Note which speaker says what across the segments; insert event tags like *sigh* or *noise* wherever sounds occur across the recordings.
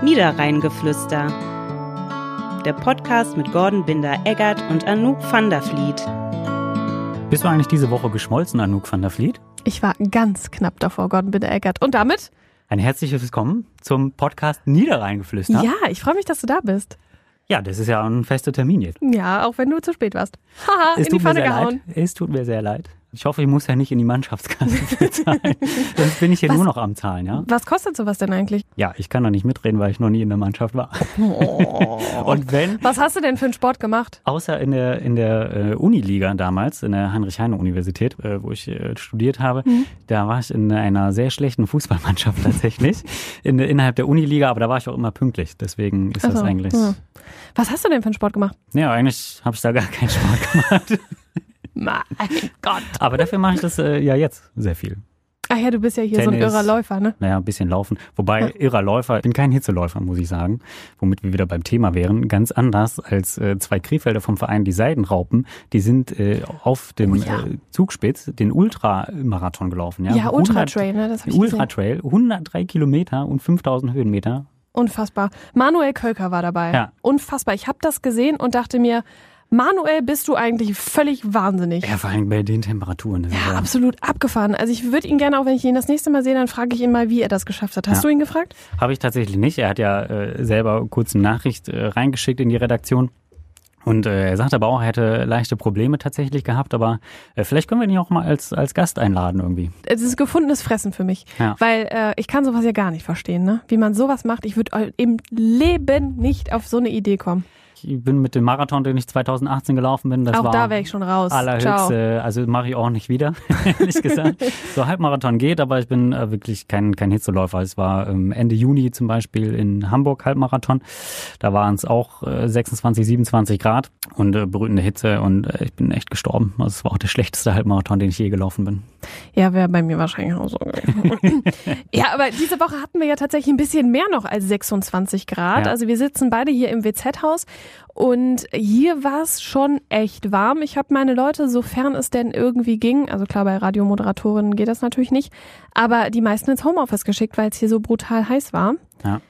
Speaker 1: Niederrheingeflüster. Der Podcast mit Gordon Binder-Eggert und Anouk van der Vliet.
Speaker 2: Bist du eigentlich diese Woche geschmolzen, Anouk van der Vliet?
Speaker 3: Ich war ganz knapp davor, Gordon Binder-Eggert. Und damit?
Speaker 2: Ein herzliches Willkommen zum Podcast Niederrheingeflüster.
Speaker 3: Ja, ich freue mich, dass du da bist.
Speaker 2: Ja, das ist ja ein fester Termin jetzt.
Speaker 3: Ja, auch wenn du zu spät warst. Haha,
Speaker 2: Es
Speaker 3: in die
Speaker 2: tut mir
Speaker 3: Pfanne
Speaker 2: sehr
Speaker 3: gehauen.
Speaker 2: leid. Es tut mir sehr leid. Ich hoffe, ich muss ja nicht in die
Speaker 3: *laughs*
Speaker 2: Mannschaftskasse zahlen. Sonst bin ich hier
Speaker 3: Was?
Speaker 2: nur noch am Zahlen, ja?
Speaker 3: Was kostet sowas denn eigentlich?
Speaker 2: Ja, ich kann da nicht mitreden, weil ich noch nie in der Mannschaft war.
Speaker 3: Oh.
Speaker 2: *laughs* Und wenn,
Speaker 3: Was hast du denn für einen Sport gemacht?
Speaker 2: außer in der, in der äh, Uniliga damals, in der Heinrich-Heine-Universität, äh, wo ich äh, studiert habe,
Speaker 3: Mhm.
Speaker 2: da war ich in einer sehr schlechten Fußballmannschaft *laughs* tatsächlich. In, innerhalb der Uniliga, aber da war ich auch immer pünktlich. Deswegen ist
Speaker 3: Ach
Speaker 2: das
Speaker 3: so,
Speaker 2: eigentlich.
Speaker 3: ja. Was hast du denn für einen Sport gemacht?
Speaker 2: Ja, eigentlich habe ich da gar keinen Sport gemacht.
Speaker 3: Mein Gott.
Speaker 2: aber dafür mache ich das äh, ja jetzt sehr viel.
Speaker 3: Ach ja, du bist ja hier so ein
Speaker 2: Tennis.
Speaker 3: irrer Läufer, ne?
Speaker 2: Naja, ein bisschen laufen. Wobei, irrer Läufer, ich bin kein Hitzeläufer, muss ich sagen. Womit wir wieder beim Thema wären. Ganz anders als äh, zwei Krefelder vom Verein, die Seidenraupen, die sind äh, auf dem
Speaker 3: Oh ja.
Speaker 2: äh, Zugspitz den Ultramarathon gelaufen. Ja,
Speaker 3: Ja,
Speaker 2: 100
Speaker 3: Ultratrail, ne? Das habe ich
Speaker 2: Ultra
Speaker 3: gesehen.
Speaker 2: Trail, 103 Kilometer und 5000 Höhenmeter.
Speaker 3: Unfassbar. Manuel Kölker war dabei.
Speaker 2: Ja.
Speaker 3: Unfassbar. Ich habe das gesehen und dachte mir, Manuel, bist du eigentlich völlig wahnsinnig.
Speaker 2: Ja, vor allem bei den Temperaturen. Das ist
Speaker 3: Ja, absolut abgefahren. Also ich würde ihn gerne, auch wenn ich ihn das nächste Mal sehe, dann frage ich ihn mal, wie er das geschafft hat. Hast
Speaker 2: Ja.
Speaker 3: du ihn gefragt?
Speaker 2: Habe ich tatsächlich nicht. Er hat ja äh, selber kurz eine Nachricht äh, reingeschickt in die Redaktion. Und äh, er sagt aber auch, er hätte leichte Probleme tatsächlich gehabt, aber äh, vielleicht können wir ihn auch mal als, als Gast einladen irgendwie.
Speaker 3: Es ist gefundenes Fressen für mich,
Speaker 2: Ja.
Speaker 3: weil äh, ich kann sowas ja gar nicht verstehen, ne? Wie man sowas macht. Ich würde im Leben nicht auf so eine Idee kommen.
Speaker 2: Ich bin mit dem Marathon, den ich 2018 gelaufen bin, das
Speaker 3: auch
Speaker 2: war
Speaker 3: da wäre ich schon raus. Ciao.
Speaker 2: allerhöchste, also mache ich auch nicht wieder, *laughs* ehrlich gesagt. So Halbmarathon geht, aber ich bin äh, wirklich kein, kein Hitzeläufer. Es war ähm, Ende Juni zum Beispiel in Hamburg Halbmarathon. Da waren es auch äh, 26, 27 Grad und äh, brütende Hitze und äh, ich bin echt gestorben. Also es war auch der schlechteste Halbmarathon, den ich je gelaufen bin.
Speaker 3: Ja, wäre bei mir wahrscheinlich auch so.
Speaker 2: *laughs*
Speaker 3: ja, aber diese Woche hatten wir ja tatsächlich ein bisschen mehr noch als 26 Grad.
Speaker 2: Ja.
Speaker 3: Also wir sitzen beide hier im WZ-Haus und hier war es schon echt warm. Ich habe meine Leute, sofern es denn irgendwie ging, also klar, bei Radiomoderatorinnen geht das natürlich nicht, aber die meisten ins Homeoffice geschickt, weil es hier so brutal heiß war.
Speaker 2: Ja.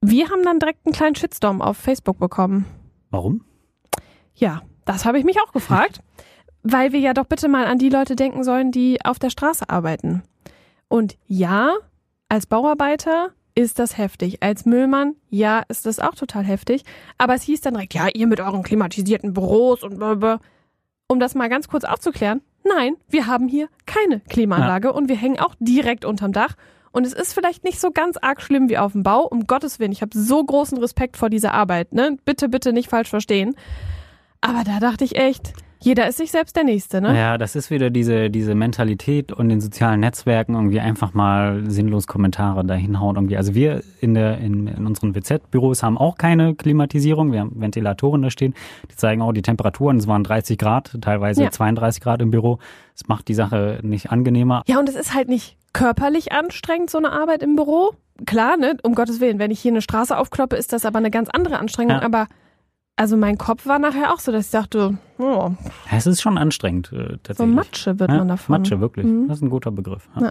Speaker 3: Wir haben dann direkt einen kleinen Shitstorm auf Facebook bekommen.
Speaker 2: Warum?
Speaker 3: Ja, das habe ich mich
Speaker 2: *laughs*
Speaker 3: auch gefragt, weil wir ja doch bitte mal an die Leute denken sollen, die auf der Straße arbeiten. Und ja, als Bauarbeiter ist das heftig. Als Müllmann, ja, ist das auch total heftig. Aber es hieß dann direkt, ja, ihr mit euren klimatisierten Büros und blablabla. Um das mal ganz kurz aufzuklären, nein, wir haben hier keine Klimaanlage und wir hängen auch direkt unterm Dach. Und es ist vielleicht nicht so ganz arg schlimm wie auf dem Bau. Um Gottes Willen, ich habe so großen Respekt vor dieser Arbeit. Ne? Bitte, bitte nicht falsch verstehen. Aber da dachte ich echt, jeder ist sich selbst der Nächste, ne?
Speaker 2: Ja, das ist wieder diese, diese Mentalität und den sozialen Netzwerken irgendwie einfach mal sinnlos Kommentare dahinhauen irgendwie. Also wir in der, in, in unseren WZ-Büros haben auch keine Klimatisierung. Wir haben Ventilatoren da stehen. Die zeigen auch die Temperaturen. Es waren 30 Grad, teilweise
Speaker 3: Ja.
Speaker 2: 32 Grad im Büro. Das macht die Sache nicht angenehmer.
Speaker 3: Ja, und es ist halt nicht körperlich anstrengend, so eine Arbeit im Büro. Klar, ne? Um Gottes Willen, wenn ich hier eine Straße aufkloppe, ist das aber eine ganz andere Anstrengung.
Speaker 2: Ja.
Speaker 3: Aber also mein Kopf war nachher auch so, dass ich dachte, oh,
Speaker 2: Es ist schon anstrengend, äh, tatsächlich.
Speaker 3: so Matsche wird
Speaker 2: Ja,
Speaker 3: man davon.
Speaker 2: Matsche, wirklich.
Speaker 3: Mhm.
Speaker 2: Das ist ein guter Begriff. Ja.
Speaker 3: Ja.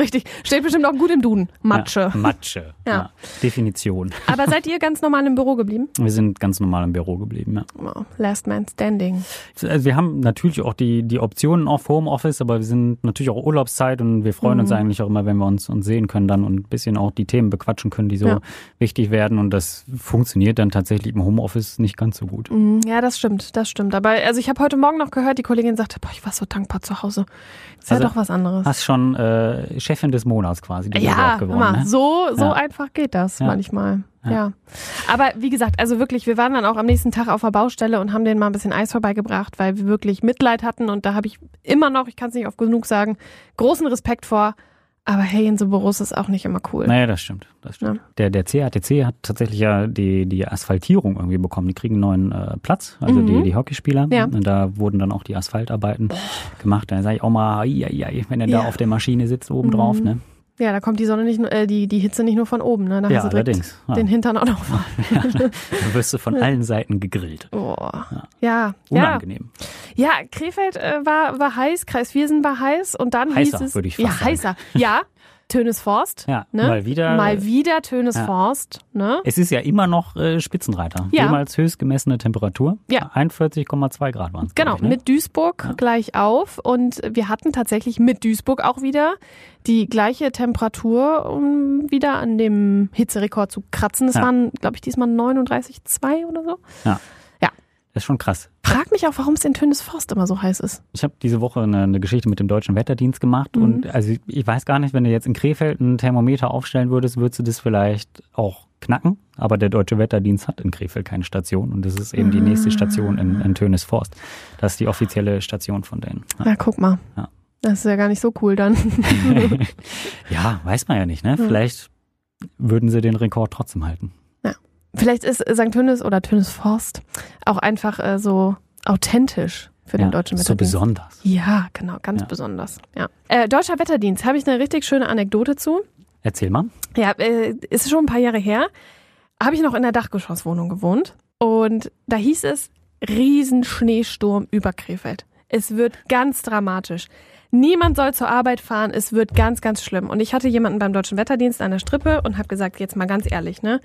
Speaker 3: Richtig. Steht bestimmt auch gut im Duden. Matsche.
Speaker 2: Ja, Matsche.
Speaker 3: Ja.
Speaker 2: ja. Definition.
Speaker 3: Aber seid ihr ganz normal im Büro geblieben?
Speaker 2: Wir sind ganz normal im Büro geblieben, ja.
Speaker 3: Oh, last man standing.
Speaker 2: Also wir haben natürlich auch die, die Optionen auf Homeoffice, aber wir sind natürlich auch Urlaubszeit und wir freuen
Speaker 3: Mhm.
Speaker 2: uns eigentlich auch immer, wenn wir uns, uns sehen können dann und ein bisschen auch die Themen bequatschen können, die so
Speaker 3: Ja.
Speaker 2: wichtig werden. Und das funktioniert dann tatsächlich im Homeoffice nicht ganz so gut.
Speaker 3: Mhm, Ja, das stimmt, das stimmt. Aber also ich habe heute Morgen noch gehört, die Kollegin sagte, boah, ich war so dankbar zu Hause. Ist
Speaker 2: Also,
Speaker 3: ja doch was anderes.
Speaker 2: Hast schon äh, Chefin des Monats quasi die
Speaker 3: Ja,
Speaker 2: Award gewonnen.
Speaker 3: immer.
Speaker 2: Ne?
Speaker 3: so, so
Speaker 2: Ja.
Speaker 3: einfach geht das
Speaker 2: Ja.
Speaker 3: manchmal. Ja. Aber wie gesagt, also wirklich, wir waren dann auch am nächsten Tag auf der Baustelle und haben denen mal ein bisschen Eis vorbeigebracht, weil wir wirklich Mitleid hatten und da habe ich immer noch, ich kann es nicht oft genug sagen, großen Respekt vor. Aber hey, in so Büros ist auch nicht immer cool.
Speaker 2: Naja, das stimmt. Das stimmt. Der, der CHTC hat tatsächlich ja die, die Asphaltierung irgendwie bekommen. Die kriegen einen neuen äh, Platz, also
Speaker 3: Mhm.
Speaker 2: die, die Hockeyspieler.
Speaker 3: Ja.
Speaker 2: Und da wurden dann auch die Asphaltarbeiten gemacht. Da sage ich auch mal, ai, ai, ai, wenn er da
Speaker 3: Ja. Mhm.
Speaker 2: auf der Maschine sitzt oben drauf. Ne?
Speaker 3: Ja, da kommt die Sonne nicht, nur- äh, die, die Hitze nicht nur von oben, ne? Da
Speaker 2: Ja,
Speaker 3: hast du direkt
Speaker 2: allerdings, ja.
Speaker 3: den Hintern auch noch. warm.
Speaker 2: Dann wirst du
Speaker 3: *laughs*
Speaker 2: von allen Seiten gegrillt.
Speaker 3: Boah. Ja, ja.
Speaker 2: Unangenehm.
Speaker 3: Ja, Krefeld äh, war, war heiß, Kreis Viersen war heiß und dann
Speaker 2: Heißer,
Speaker 3: hieß es.
Speaker 2: würde ich fast
Speaker 3: ja,
Speaker 2: sagen.
Speaker 3: heißer. Ja, Tönes Forst.
Speaker 2: Ja,
Speaker 3: ne?
Speaker 2: mal wieder. äh,
Speaker 3: Mal wieder Tönes
Speaker 2: Ja.
Speaker 3: Forst. Ne?
Speaker 2: Es ist ja immer noch äh, Spitzenreiter.
Speaker 3: Ja.
Speaker 2: Jemals höchst gemessene Temperatur.
Speaker 3: Ja.
Speaker 2: 41,2 Grad waren es.
Speaker 3: Genau,
Speaker 2: ich, ne?
Speaker 3: mit Duisburg gleich auf. Und wir hatten tatsächlich mit Duisburg auch wieder die gleiche Temperatur, um wieder an dem Hitzerekord zu kratzen. Das
Speaker 2: Ja.
Speaker 3: waren, glaube ich, diesmal 39,2 oder so.
Speaker 2: Das ist schon krass.
Speaker 3: Frag mich auch, warum es in Tönes Forst immer so heiß ist.
Speaker 2: Ich habe diese Woche eine, eine Geschichte mit dem deutschen Wetterdienst gemacht
Speaker 3: Mhm.
Speaker 2: und also ich, ich weiß gar nicht, wenn du jetzt in Krefeld einen Thermometer aufstellen würdest, würdest du das vielleicht auch knacken. Aber der deutsche Wetterdienst hat in Krefeld keine Station und das ist eben die
Speaker 3: Mhm.
Speaker 2: nächste Station in, in Tönis Forst. Das ist die offizielle Station von
Speaker 3: *laughs*
Speaker 2: denen. *laughs* Ja.
Speaker 3: Na, guck mal.
Speaker 2: Ja.
Speaker 3: Das ist ja gar nicht so cool dann.
Speaker 2: ja, weiß man ja nicht, ne? Vielleicht würden sie den Rekord trotzdem halten.
Speaker 3: Vielleicht ist äh, St. Tönis oder Tönis Forst auch einfach äh, so authentisch für
Speaker 2: ja,
Speaker 3: den deutschen
Speaker 2: so
Speaker 3: Wetterdienst.
Speaker 2: besonders.
Speaker 3: ja, genau, ganz
Speaker 2: Ja.
Speaker 3: besonders. Ja. Äh, Deutscher Wetterdienst, habe ich eine richtig schöne Anekdote zu.
Speaker 2: Erzähl mal.
Speaker 3: Ja, äh, ist schon ein paar Jahre her. Habe ich noch in der Dachgeschosswohnung gewohnt. Und da hieß es, Riesenschneesturm über Krefeld. Es wird ganz dramatisch. Niemand soll zur Arbeit fahren. Es wird ganz, ganz schlimm. Und ich hatte jemanden beim Deutschen Wetterdienst an der Strippe und habe gesagt, jetzt mal ganz ehrlich, ne?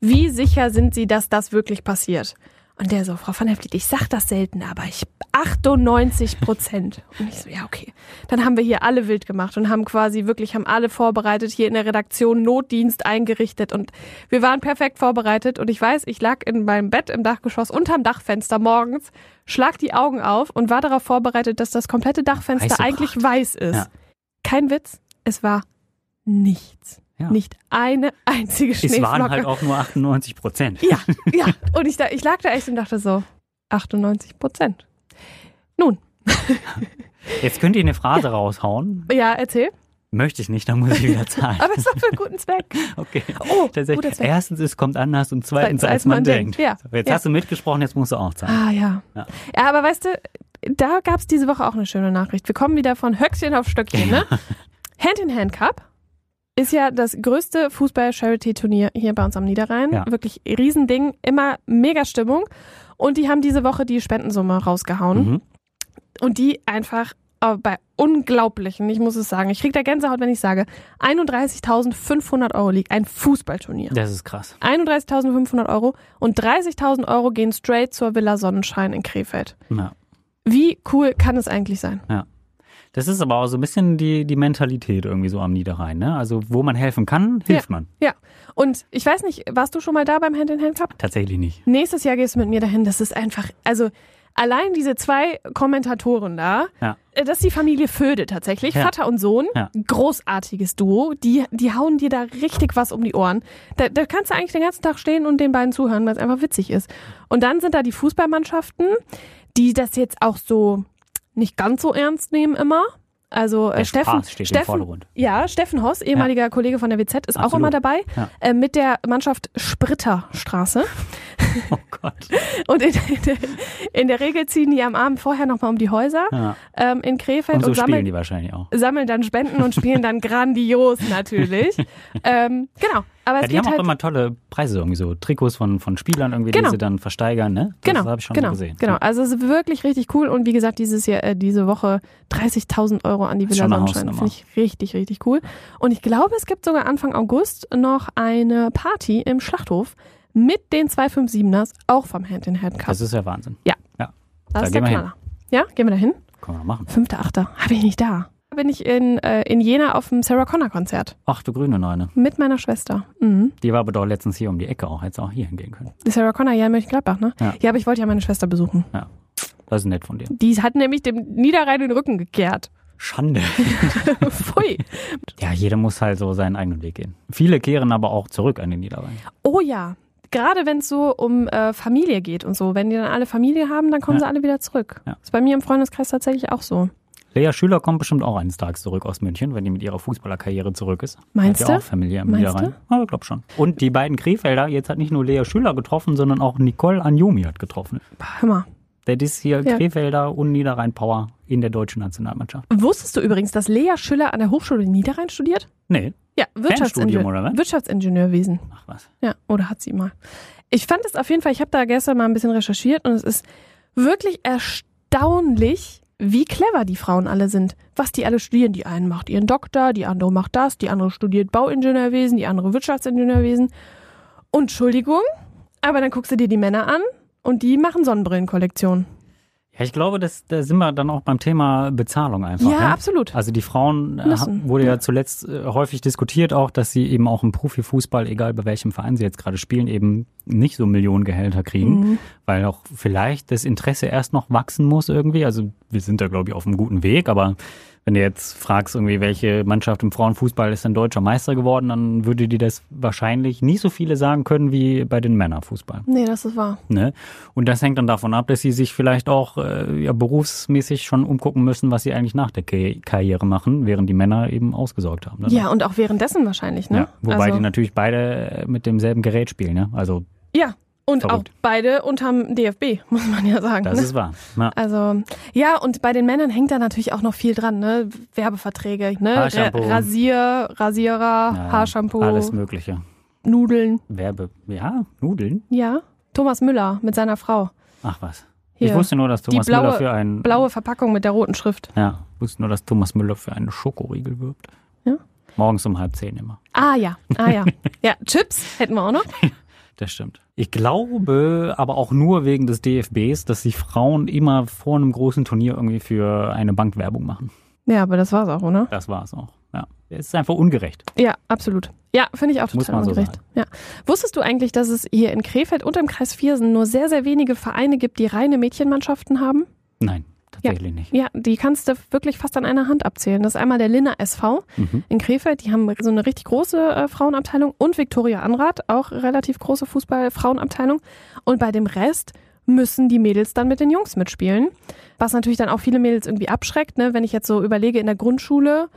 Speaker 3: Wie sicher sind Sie, dass das wirklich passiert? Und der so, Frau van Heflied, ich sag das selten, aber ich 98 Prozent. Und ich so, ja, okay. Dann haben wir hier alle wild gemacht und haben quasi wirklich, haben alle vorbereitet, hier in der Redaktion Notdienst eingerichtet und wir waren perfekt vorbereitet und ich weiß, ich lag in meinem Bett im Dachgeschoss unterm Dachfenster morgens, schlag die Augen auf und war darauf vorbereitet, dass das komplette Dachfenster
Speaker 2: Weiße
Speaker 3: eigentlich
Speaker 2: Pracht.
Speaker 3: weiß ist.
Speaker 2: Ja.
Speaker 3: Kein Witz, es war nichts.
Speaker 2: Ja.
Speaker 3: Nicht eine einzige
Speaker 2: Es
Speaker 3: Schneeflocke.
Speaker 2: waren halt auch nur 98 Prozent.
Speaker 3: Ja, ja. Und ich, da, ich lag da echt und dachte so, 98 Prozent.
Speaker 2: Jetzt könnt ihr eine
Speaker 3: *laughs*
Speaker 2: Phrase raushauen.
Speaker 3: Ja, erzähl.
Speaker 2: Möchte ich nicht, dann muss ich
Speaker 3: *laughs*
Speaker 2: wieder zahlen.
Speaker 3: Aber es war für einen guten Zweck.
Speaker 2: Okay.
Speaker 3: Oh, guter
Speaker 2: Tatsächlich.
Speaker 3: Zweck.
Speaker 2: Erstens, es kommt anders und zweitens, als, man, denkt.
Speaker 3: Ja.
Speaker 2: So, Jetzt
Speaker 3: Ja.
Speaker 2: hast du mitgesprochen, jetzt musst du auch zahlen.
Speaker 3: Ah ja.
Speaker 2: Ja.
Speaker 3: ja. aber weißt du, da gab es diese Woche auch eine schöne Nachricht. Wir kommen wieder von Höckchen auf Stöckchen, ne? Hand in Hand Cup ist ja das größte Fußball-Charity-Turnier hier bei uns am Niederrhein.
Speaker 2: Ja.
Speaker 3: Wirklich Riesending, immer mega Stimmung. Und die haben diese Woche die Spendensumme rausgehauen.
Speaker 2: Mhm.
Speaker 3: und die einfach äh, bei unglaublichen, ich muss es sagen, ich krieg da Gänsehaut, wenn ich sage, 31.500 Euro liegt ein Fußballturnier.
Speaker 2: Das ist krass.
Speaker 3: 31.500 Euro und 30.000 Euro gehen straight zur Villa Sonnenschein in Krefeld.
Speaker 2: Ja.
Speaker 3: Wie cool kann es eigentlich sein?
Speaker 2: Das ist aber auch so ein bisschen die, die Mentalität irgendwie so am Niederrhein. Ne? Also wo man helfen kann, hilft man.
Speaker 3: Und ich weiß nicht, warst du schon mal da beim Hand in Hand Cup?
Speaker 2: Tatsächlich nicht.
Speaker 3: Nächstes Jahr gehst du mit mir dahin. Das ist einfach, also allein diese zwei Kommentatoren da,
Speaker 2: Ja.
Speaker 3: äh, das ist die Familie Föde tatsächlich,
Speaker 2: Ja.
Speaker 3: Vater und Sohn,
Speaker 2: Ja.
Speaker 3: großartiges Duo. Die, die hauen dir da richtig was um die Ohren. Da, da kannst du eigentlich den ganzen Tag stehen und den beiden zuhören, weil es einfach witzig ist. Und dann sind da die Fußballmannschaften, die das jetzt auch so nicht ganz so ernst nehmen immer. Also äh,
Speaker 2: Der
Speaker 3: Steffen,
Speaker 2: Spaß steht im
Speaker 3: Steffen,
Speaker 2: Vordergrund.
Speaker 3: ja, Steffen Hoss, ehemaliger Kollege von der WZ, ist auch
Speaker 2: Absolut.
Speaker 3: immer dabei
Speaker 2: Ja.
Speaker 3: äh, mit der Mannschaft Spritterstraße.
Speaker 2: Oh
Speaker 3: *laughs*
Speaker 2: Gott.
Speaker 3: Und in, in, der, in der Regel ziehen die am Abend vorher nochmal um die Häuser
Speaker 2: Ja.
Speaker 3: ähm, in Krefeld
Speaker 2: Und
Speaker 3: und,
Speaker 2: so spielen
Speaker 3: sammeln,
Speaker 2: die wahrscheinlich auch.
Speaker 3: sammeln dann Spenden und
Speaker 2: *laughs*
Speaker 3: spielen dann grandios natürlich. ähm, genau, aber
Speaker 2: Ja, die
Speaker 3: es geht
Speaker 2: haben auch
Speaker 3: halt.
Speaker 2: immer tolle Preise irgendwie so. Trikots von, von Spielern irgendwie,
Speaker 3: Genau.
Speaker 2: die sie dann versteigern. Ne? Das
Speaker 3: genau,
Speaker 2: habe ich schon
Speaker 3: genau,
Speaker 2: gesehen.
Speaker 3: genau.
Speaker 2: Ja.
Speaker 3: Also es ist wirklich richtig cool und wie gesagt, dieses Jahr, äh, diese Woche 30.000 Euro an die
Speaker 2: Ist
Speaker 3: Villa
Speaker 2: schon eine
Speaker 3: Sonnenschein. Finde
Speaker 2: Hausnummer.
Speaker 3: ich richtig, richtig cool. Und ich glaube, es gibt sogar Anfang August noch eine Party im Schlachthof mit den 257ers, auch vom Hand-in-Hand-Cup.
Speaker 2: Das ist ja Wahnsinn.
Speaker 3: Das
Speaker 2: Also, da gehen
Speaker 3: ist der
Speaker 2: wir hin.
Speaker 3: Knaller. Ja, gehen wir da hin?
Speaker 2: Können wir noch machen.
Speaker 3: Fünfter, achter. Habe ich nicht da. Da Bin ich in, äh, in Jena auf dem Sarah Connor Konzert
Speaker 2: Ach du grüne Neune.
Speaker 3: mit meiner Schwester. Mhm.
Speaker 2: Die war aber doch letztens hier um die Ecke auch. Hättest auch hier hingehen können.
Speaker 3: Die Sarah Connor ja in Mönchengladbach, ne?
Speaker 2: Ja.
Speaker 3: aber ich wollte ja meine Schwester besuchen.
Speaker 2: Das ist nett von dir.
Speaker 3: Die hat nämlich dem Niederrhein den Rücken gekehrt. *laughs*
Speaker 2: Schande. *laughs*
Speaker 3: Pfui.
Speaker 2: Ja, jeder muss halt so seinen eigenen Weg gehen. Viele kehren aber auch zurück an den Niederrhein.
Speaker 3: Oh ja. Gerade wenn es so um äh, Familie geht und so. Wenn die dann alle Familie haben, dann kommen
Speaker 2: Ja.
Speaker 3: sie alle wieder zurück.
Speaker 2: Ja.
Speaker 3: Ist bei mir im Freundeskreis tatsächlich auch so.
Speaker 2: Lea Schüler kommt bestimmt auch eines Tages zurück aus München, wenn die mit ihrer Fußballerkarriere zurück ist.
Speaker 3: Meinst
Speaker 2: Hat ja
Speaker 3: du?
Speaker 2: auch Familie im
Speaker 3: Meinst
Speaker 2: Niederrhein. Aber glaub schon. Und die beiden Krefelder, jetzt hat nicht nur Lea Schüler getroffen, sondern auch Nicole Anjomi hat getroffen.
Speaker 3: Boah, Hör mal.
Speaker 2: Das ist hier
Speaker 3: Ja.
Speaker 2: Krefelder und Niederrhein-Power in der deutschen Nationalmannschaft.
Speaker 3: Wusstest du übrigens, dass Lea Schüller an der Hochschule Niederrhein studiert?
Speaker 2: Nee,
Speaker 3: Ja,
Speaker 2: Fernstudium, oder was?
Speaker 3: Wirtschaftsinge- Wirtschaftsingenieurwesen.
Speaker 2: ach was.
Speaker 3: Ja, oder hat sie mal. Ich fand es auf jeden Fall, ich habe da gestern mal ein bisschen recherchiert und es ist wirklich erstaunlich, wie clever die Frauen alle sind, was die alle studieren. Die einen macht ihren Doktor, die andere macht das, die andere studiert Bauingenieurwesen, die andere Wirtschaftsingenieurwesen. Und Entschuldigung, aber dann guckst du dir die Männer an und die machen Sonnenbrillenkollektionen.
Speaker 2: Ja, ich glaube, das, da sind wir dann auch beim Thema Bezahlung einfach.
Speaker 3: Ja,
Speaker 2: ne?
Speaker 3: absolut.
Speaker 2: Also die Frauen äh,
Speaker 3: Müssen,
Speaker 2: wurde ja zuletzt äh, häufig diskutiert auch, dass sie eben auch im Profifußball, egal bei welchem Verein sie jetzt gerade spielen, eben nicht so Millionengehälter kriegen,
Speaker 3: Mhm.
Speaker 2: weil auch vielleicht das Interesse erst noch wachsen muss irgendwie. Also wir sind da, glaube ich, auf einem guten Weg, aber wenn du jetzt fragst, irgendwie, welche Mannschaft im Frauenfußball ist denn deutscher Meister geworden, dann würde dir das wahrscheinlich nicht so viele sagen können wie bei den Männerfußball.
Speaker 3: Nee, das ist wahr.
Speaker 2: Ne? Und das hängt dann davon ab, dass sie sich vielleicht auch äh, ja, berufsmäßig schon umgucken müssen, was sie eigentlich nach der Ke- Karriere machen, während die Männer eben ausgesorgt haben. ne?
Speaker 3: Ja, und auch währenddessen wahrscheinlich, ne?
Speaker 2: Ja, wobei
Speaker 3: also,
Speaker 2: die natürlich beide äh, mit demselben Gerät spielen. Ne? Also
Speaker 3: Ja, und
Speaker 2: Verrückt.
Speaker 3: auch beide unterm DFB, *laughs* muss man ja sagen.
Speaker 2: das
Speaker 3: ne?
Speaker 2: ist wahr. Ja.
Speaker 3: Also, ja, und bei den Männern hängt da natürlich auch noch viel dran, ne? Werbeverträge, ne?
Speaker 2: Haarshampoo.
Speaker 3: Ra- Rasier, Rasierer,
Speaker 2: Ja,
Speaker 3: Äh, Haarshampoo,
Speaker 2: Ähm, Alles Mögliche.
Speaker 3: Nudeln.
Speaker 2: Werbe. Ja, Nudeln.
Speaker 3: Ja. Thomas Müller mit seiner Frau.
Speaker 2: Ach was. Ich
Speaker 3: Hier.
Speaker 2: wusste nur, dass Thomas
Speaker 3: blaue-
Speaker 2: Müller für einen.
Speaker 3: Blaue Verpackung mit der roten Schrift.
Speaker 2: Ja, wusste nur, dass Thomas Müller für einen Schokoriegel wirbt.
Speaker 3: Ja.
Speaker 2: Morgens um halb zehn immer.
Speaker 3: Ah ja, ah
Speaker 2: *laughs*
Speaker 3: ja. Ja, Chips hätten wir auch noch.
Speaker 2: Das stimmt. Ich glaube aber auch nur wegen des DFBs, dass die Frauen immer vor einem großen Turnier irgendwie für eine Bank Werbung machen.
Speaker 3: Ja, aber das war's auch, oder?
Speaker 2: Das war es auch. Ja. Es ist einfach ungerecht.
Speaker 3: Ja, absolut. Ja, finde ich auch
Speaker 2: Muss
Speaker 3: total
Speaker 2: man so
Speaker 3: ungerecht. ja. Wusstest du eigentlich, dass es hier in Krefeld und im Kreis Viersen nur sehr, sehr wenige Vereine gibt, die reine Mädchenmannschaften haben?
Speaker 2: Nein, tatsächlich nicht.
Speaker 3: Ja, die kannst du wirklich fast an einer Hand abzählen. Das ist einmal der Linner SV
Speaker 2: Mhm.
Speaker 3: in Krefeld. Die haben so eine richtig große äh, Frauenabteilung und Viktoria Anrath, auch relativ große Fußball-Frauenabteilung. Und bei dem Rest müssen die Mädels dann mit den Jungs mitspielen. Was natürlich dann auch viele Mädels irgendwie abschreckt, ne? wenn ich jetzt so überlege, in der Grundschule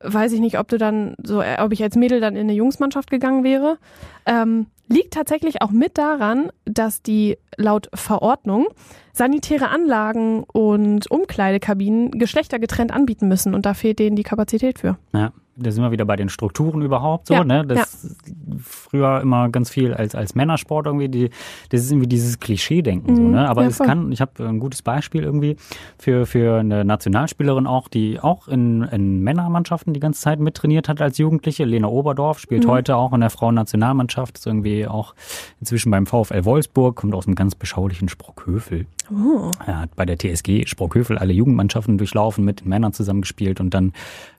Speaker 3: weiß ich nicht, ob du dann so, äh, ob ich als Mädel dann in eine Jungsmannschaft gegangen wäre. Ähm, liegt tatsächlich auch mit daran, dass die laut Verordnung sanitäre Anlagen und Umkleidekabinen geschlechtergetrennt anbieten müssen und da fehlt denen die Kapazität für.
Speaker 2: Ja. Da sind wir wieder bei den Strukturen überhaupt so,
Speaker 3: Ja,
Speaker 2: ne? Das früher immer ganz viel als, als Männersport irgendwie, die, das ist irgendwie dieses Klischee-Denken so,
Speaker 3: Mhm,
Speaker 2: ne? Aber
Speaker 3: ja,
Speaker 2: es
Speaker 3: voll.
Speaker 2: kann, ich habe ein gutes Beispiel irgendwie für, für eine Nationalspielerin auch, die auch in, in Männermannschaften die ganze Zeit mittrainiert hat als Jugendliche. Lena Oberdorf spielt
Speaker 3: Mhm.
Speaker 2: heute auch in der Frauennationalmannschaft, ist irgendwie auch inzwischen beim VfL Wolfsburg, kommt aus einem ganz beschaulichen Sprockhövel.
Speaker 3: Oh.
Speaker 2: Er hat bei der TSG Sprockhövel alle Jugendmannschaften durchlaufen, mit den Männern zusammengespielt und dann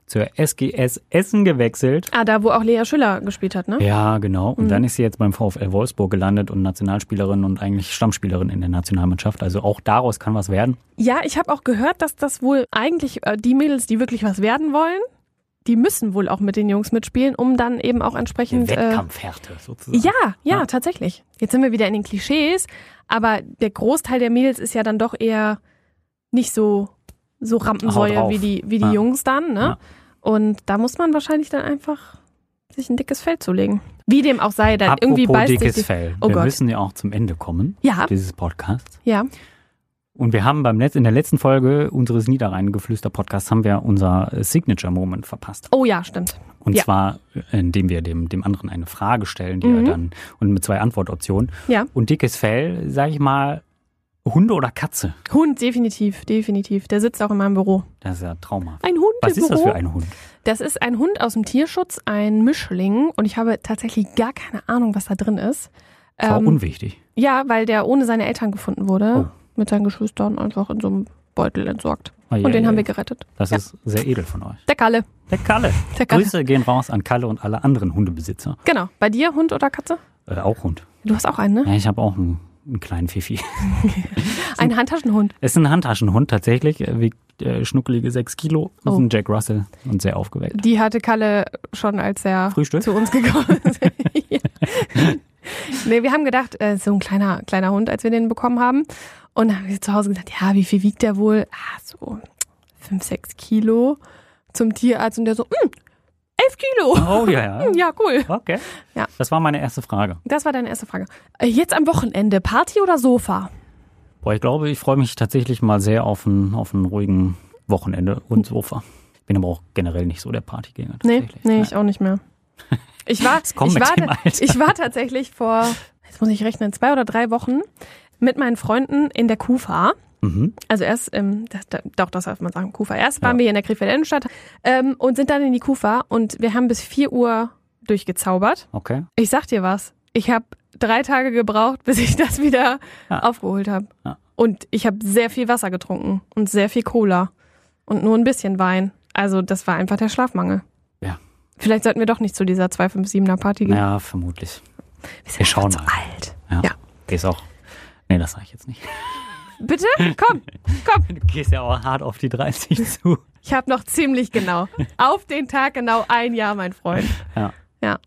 Speaker 2: zur SGS Essen gewechselt.
Speaker 3: Ah, da wo auch Lea Schüller gespielt hat, ne?
Speaker 2: Ja, genau. Und dann ist sie jetzt beim VfL Wolfsburg gelandet und Nationalspielerin und eigentlich Stammspielerin in der Nationalmannschaft. Also auch daraus kann was werden.
Speaker 3: Ja, ich habe auch gehört, dass das wohl eigentlich äh, die Mädels, die wirklich was werden wollen, die müssen wohl auch mit den Jungs mitspielen, um dann eben auch entsprechend äh,
Speaker 2: Wettkampfhärte sozusagen.
Speaker 3: Ja, ja,
Speaker 2: Ja.
Speaker 3: tatsächlich. Jetzt sind wir wieder in den Klischees, aber der Großteil der Mädels ist ja dann doch eher nicht so, so
Speaker 2: Haut
Speaker 3: Rampensäue
Speaker 2: drauf.
Speaker 3: wie die, wie die
Speaker 2: Ja.
Speaker 3: Jungs dann. Ne?
Speaker 2: Ja.
Speaker 3: Und da muss man wahrscheinlich dann einfach sich ein dickes Fell zulegen. Wie dem auch sei, dann irgendwie
Speaker 2: Apropos
Speaker 3: beißt sich
Speaker 2: dickes
Speaker 3: die-
Speaker 2: Fell.
Speaker 3: Oh
Speaker 2: Wir
Speaker 3: Gott.
Speaker 2: müssen ja auch zum Ende kommen,
Speaker 3: Ja,
Speaker 2: dieses Podcasts.
Speaker 3: ja.
Speaker 2: Und wir haben beim Letz in der letzten Folge unseres Niederrhein-Geflüster-Podcasts haben wir unser äh, Signature-Moment verpasst.
Speaker 3: Oh ja, stimmt.
Speaker 2: Und
Speaker 3: Ja.
Speaker 2: zwar, äh, indem wir dem, dem anderen eine Frage stellen, die er
Speaker 3: Mhm.
Speaker 2: dann und mit zwei Antwortoptionen.
Speaker 3: Ja.
Speaker 2: Und dickes Fell, sage ich mal, Hunde oder Katze?
Speaker 3: Hund, definitiv, definitiv. Der sitzt auch in meinem Büro.
Speaker 2: Das ist ja traumhaft.
Speaker 3: Ein Hund
Speaker 2: Was
Speaker 3: im
Speaker 2: ist das
Speaker 3: Büro?
Speaker 2: für ein Hund?
Speaker 3: Das ist ein Hund aus dem Tierschutz, ein Mischling. Und ich habe tatsächlich gar keine Ahnung, was da drin ist.
Speaker 2: Das war
Speaker 3: Ähm,
Speaker 2: unwichtig.
Speaker 3: Ja, weil der ohne seine Eltern gefunden wurde,
Speaker 2: Oh.
Speaker 3: mit seinen Geschwistern einfach in so einem Beutel entsorgt.
Speaker 2: Oh, je,
Speaker 3: und den
Speaker 2: je,
Speaker 3: haben wir
Speaker 2: je.
Speaker 3: gerettet.
Speaker 2: Das
Speaker 3: ja.
Speaker 2: ist sehr edel von euch.
Speaker 3: Der Kalle.
Speaker 2: Der Kalle.
Speaker 3: Der Kalle.
Speaker 2: Grüße gehen raus an Kalle und alle anderen Hundebesitzer.
Speaker 3: Genau. Bei dir, Hund oder Katze?
Speaker 2: Äh, auch Hund.
Speaker 3: Du hast auch einen, ne?
Speaker 2: Ja, ich habe auch einen, einen kleinen Fifi. *laughs*
Speaker 3: Einen Handtaschenhund.
Speaker 2: Es ist ein Handtaschenhund tatsächlich, äh, wiegt äh, schnuckelige 6 Kilo.
Speaker 3: Oh.
Speaker 2: Ist ein Jack Russell und sehr aufgeweckt.
Speaker 3: Die hatte Kalle schon, als er
Speaker 2: Frühstück?
Speaker 3: zu uns gekommen
Speaker 2: *laughs*
Speaker 3: ist. *laughs* ja. Nee, wir haben gedacht, äh, so ein kleiner, kleiner Hund, als wir den bekommen haben. Und dann haben wir zu Hause gesagt, ja, wie viel wiegt der wohl? Ah, so fünf, sechs Kilo. Zum Tierarzt und der so, "Hm, elf Kilo. Hm,
Speaker 2: Oh ja, ja.
Speaker 3: Ja, cool.
Speaker 2: Okay.
Speaker 3: Ja.
Speaker 2: Das war meine erste Frage.
Speaker 3: Das war deine erste Frage. Äh, Jetzt am Wochenende, Party oder Sofa?
Speaker 2: Boah, ich glaube, ich freue mich tatsächlich mal sehr auf einen, auf einen ruhigen Wochenende und Sofa. Ich bin aber auch generell nicht so der Partygänger
Speaker 3: Nee,
Speaker 2: tatsächlich.
Speaker 3: nee, ich auch nicht mehr. Ich war, ich,
Speaker 2: kommt mit
Speaker 3: war
Speaker 2: dem
Speaker 3: ta-
Speaker 2: Alter.
Speaker 3: ich war tatsächlich vor, jetzt muss ich rechnen, zwei oder drei Wochen mit meinen Freunden in der Kufa.
Speaker 2: Mhm.
Speaker 3: Also erst, ähm, das, da- doch, das darf man sagen, Kufa. Erst
Speaker 2: Ja.
Speaker 3: waren wir hier in der Krefelder Innenstadt ähm, und sind dann in die Kufa und wir haben bis 4 Uhr durchgezaubert.
Speaker 2: Okay.
Speaker 3: Ich sag dir was, ich habe drei Tage gebraucht, bis ich das wieder
Speaker 2: Ja.
Speaker 3: aufgeholt habe.
Speaker 2: Ja.
Speaker 3: Und ich habe sehr viel Wasser getrunken und sehr viel Cola und nur ein bisschen Wein. Also das war einfach der Schlafmangel.
Speaker 2: Ja.
Speaker 3: Vielleicht sollten wir doch nicht zu dieser 257er Party gehen.
Speaker 2: Ja, vermutlich.
Speaker 3: wir
Speaker 2: wir schauen
Speaker 3: einfach
Speaker 2: mal.
Speaker 3: zu alt.
Speaker 2: Ja.
Speaker 3: Ja.
Speaker 2: Gehst auch. Nee, das sage ich jetzt nicht.
Speaker 3: Bitte? Komm, komm.
Speaker 2: Du gehst ja auch hart auf die 30 zu.
Speaker 3: Ich habe noch ziemlich genau, auf den Tag genau ein Jahr, mein Freund.
Speaker 2: Ja.
Speaker 3: Ja.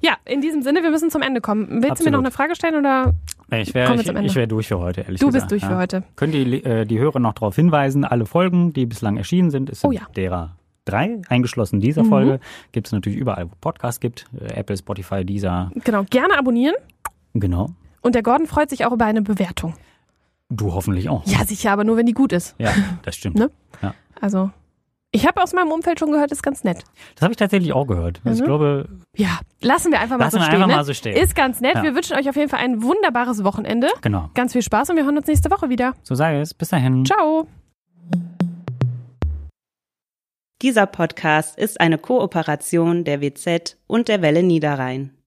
Speaker 3: Ja, in diesem Sinne, wir müssen zum Ende kommen. Willst du mir
Speaker 2: Absolut.
Speaker 3: noch eine Frage stellen oder
Speaker 2: Nee, ich wäre
Speaker 3: Kommen wir
Speaker 2: ich,
Speaker 3: zum Ende.
Speaker 2: ich wär durch für heute, ehrlich
Speaker 3: du
Speaker 2: gesagt.
Speaker 3: bist durch
Speaker 2: ja.
Speaker 3: für heute?
Speaker 2: Können die, äh, die Hörer noch darauf hinweisen, alle Folgen, die bislang erschienen sind, ist
Speaker 3: Oh
Speaker 2: in
Speaker 3: ja.
Speaker 2: derer drei, eingeschlossen dieser
Speaker 3: Mhm.
Speaker 2: Folge. Gibt es natürlich überall, wo Podcasts gibt. Äh, Apple, Spotify, dieser.
Speaker 3: Genau, gerne abonnieren.
Speaker 2: Genau.
Speaker 3: Und der Gordon freut sich auch über eine Bewertung.
Speaker 2: Du hoffentlich auch.
Speaker 3: Ja, sicher, aber nur wenn die gut ist.
Speaker 2: Ja, das stimmt.
Speaker 3: *laughs* Ne? Also, ich habe aus meinem Umfeld schon gehört, ist ganz nett.
Speaker 2: Das habe ich tatsächlich auch gehört. Also
Speaker 3: Mhm.
Speaker 2: Ich glaube,
Speaker 3: Ja, lassen wir einfach mal
Speaker 2: Lassen
Speaker 3: so
Speaker 2: wir
Speaker 3: stehen.
Speaker 2: einfach
Speaker 3: ne?
Speaker 2: mal so stehen.
Speaker 3: Ist ganz nett.
Speaker 2: Ja.
Speaker 3: Wir wünschen euch auf jeden Fall ein wunderbares Wochenende.
Speaker 2: genau.
Speaker 3: Ganz viel Spaß und wir hören uns nächste Woche wieder.
Speaker 2: So sei es. Bis dahin.
Speaker 3: Ciao.
Speaker 1: Dieser Podcast ist eine Kooperation der WZ und der Welle Niederrhein.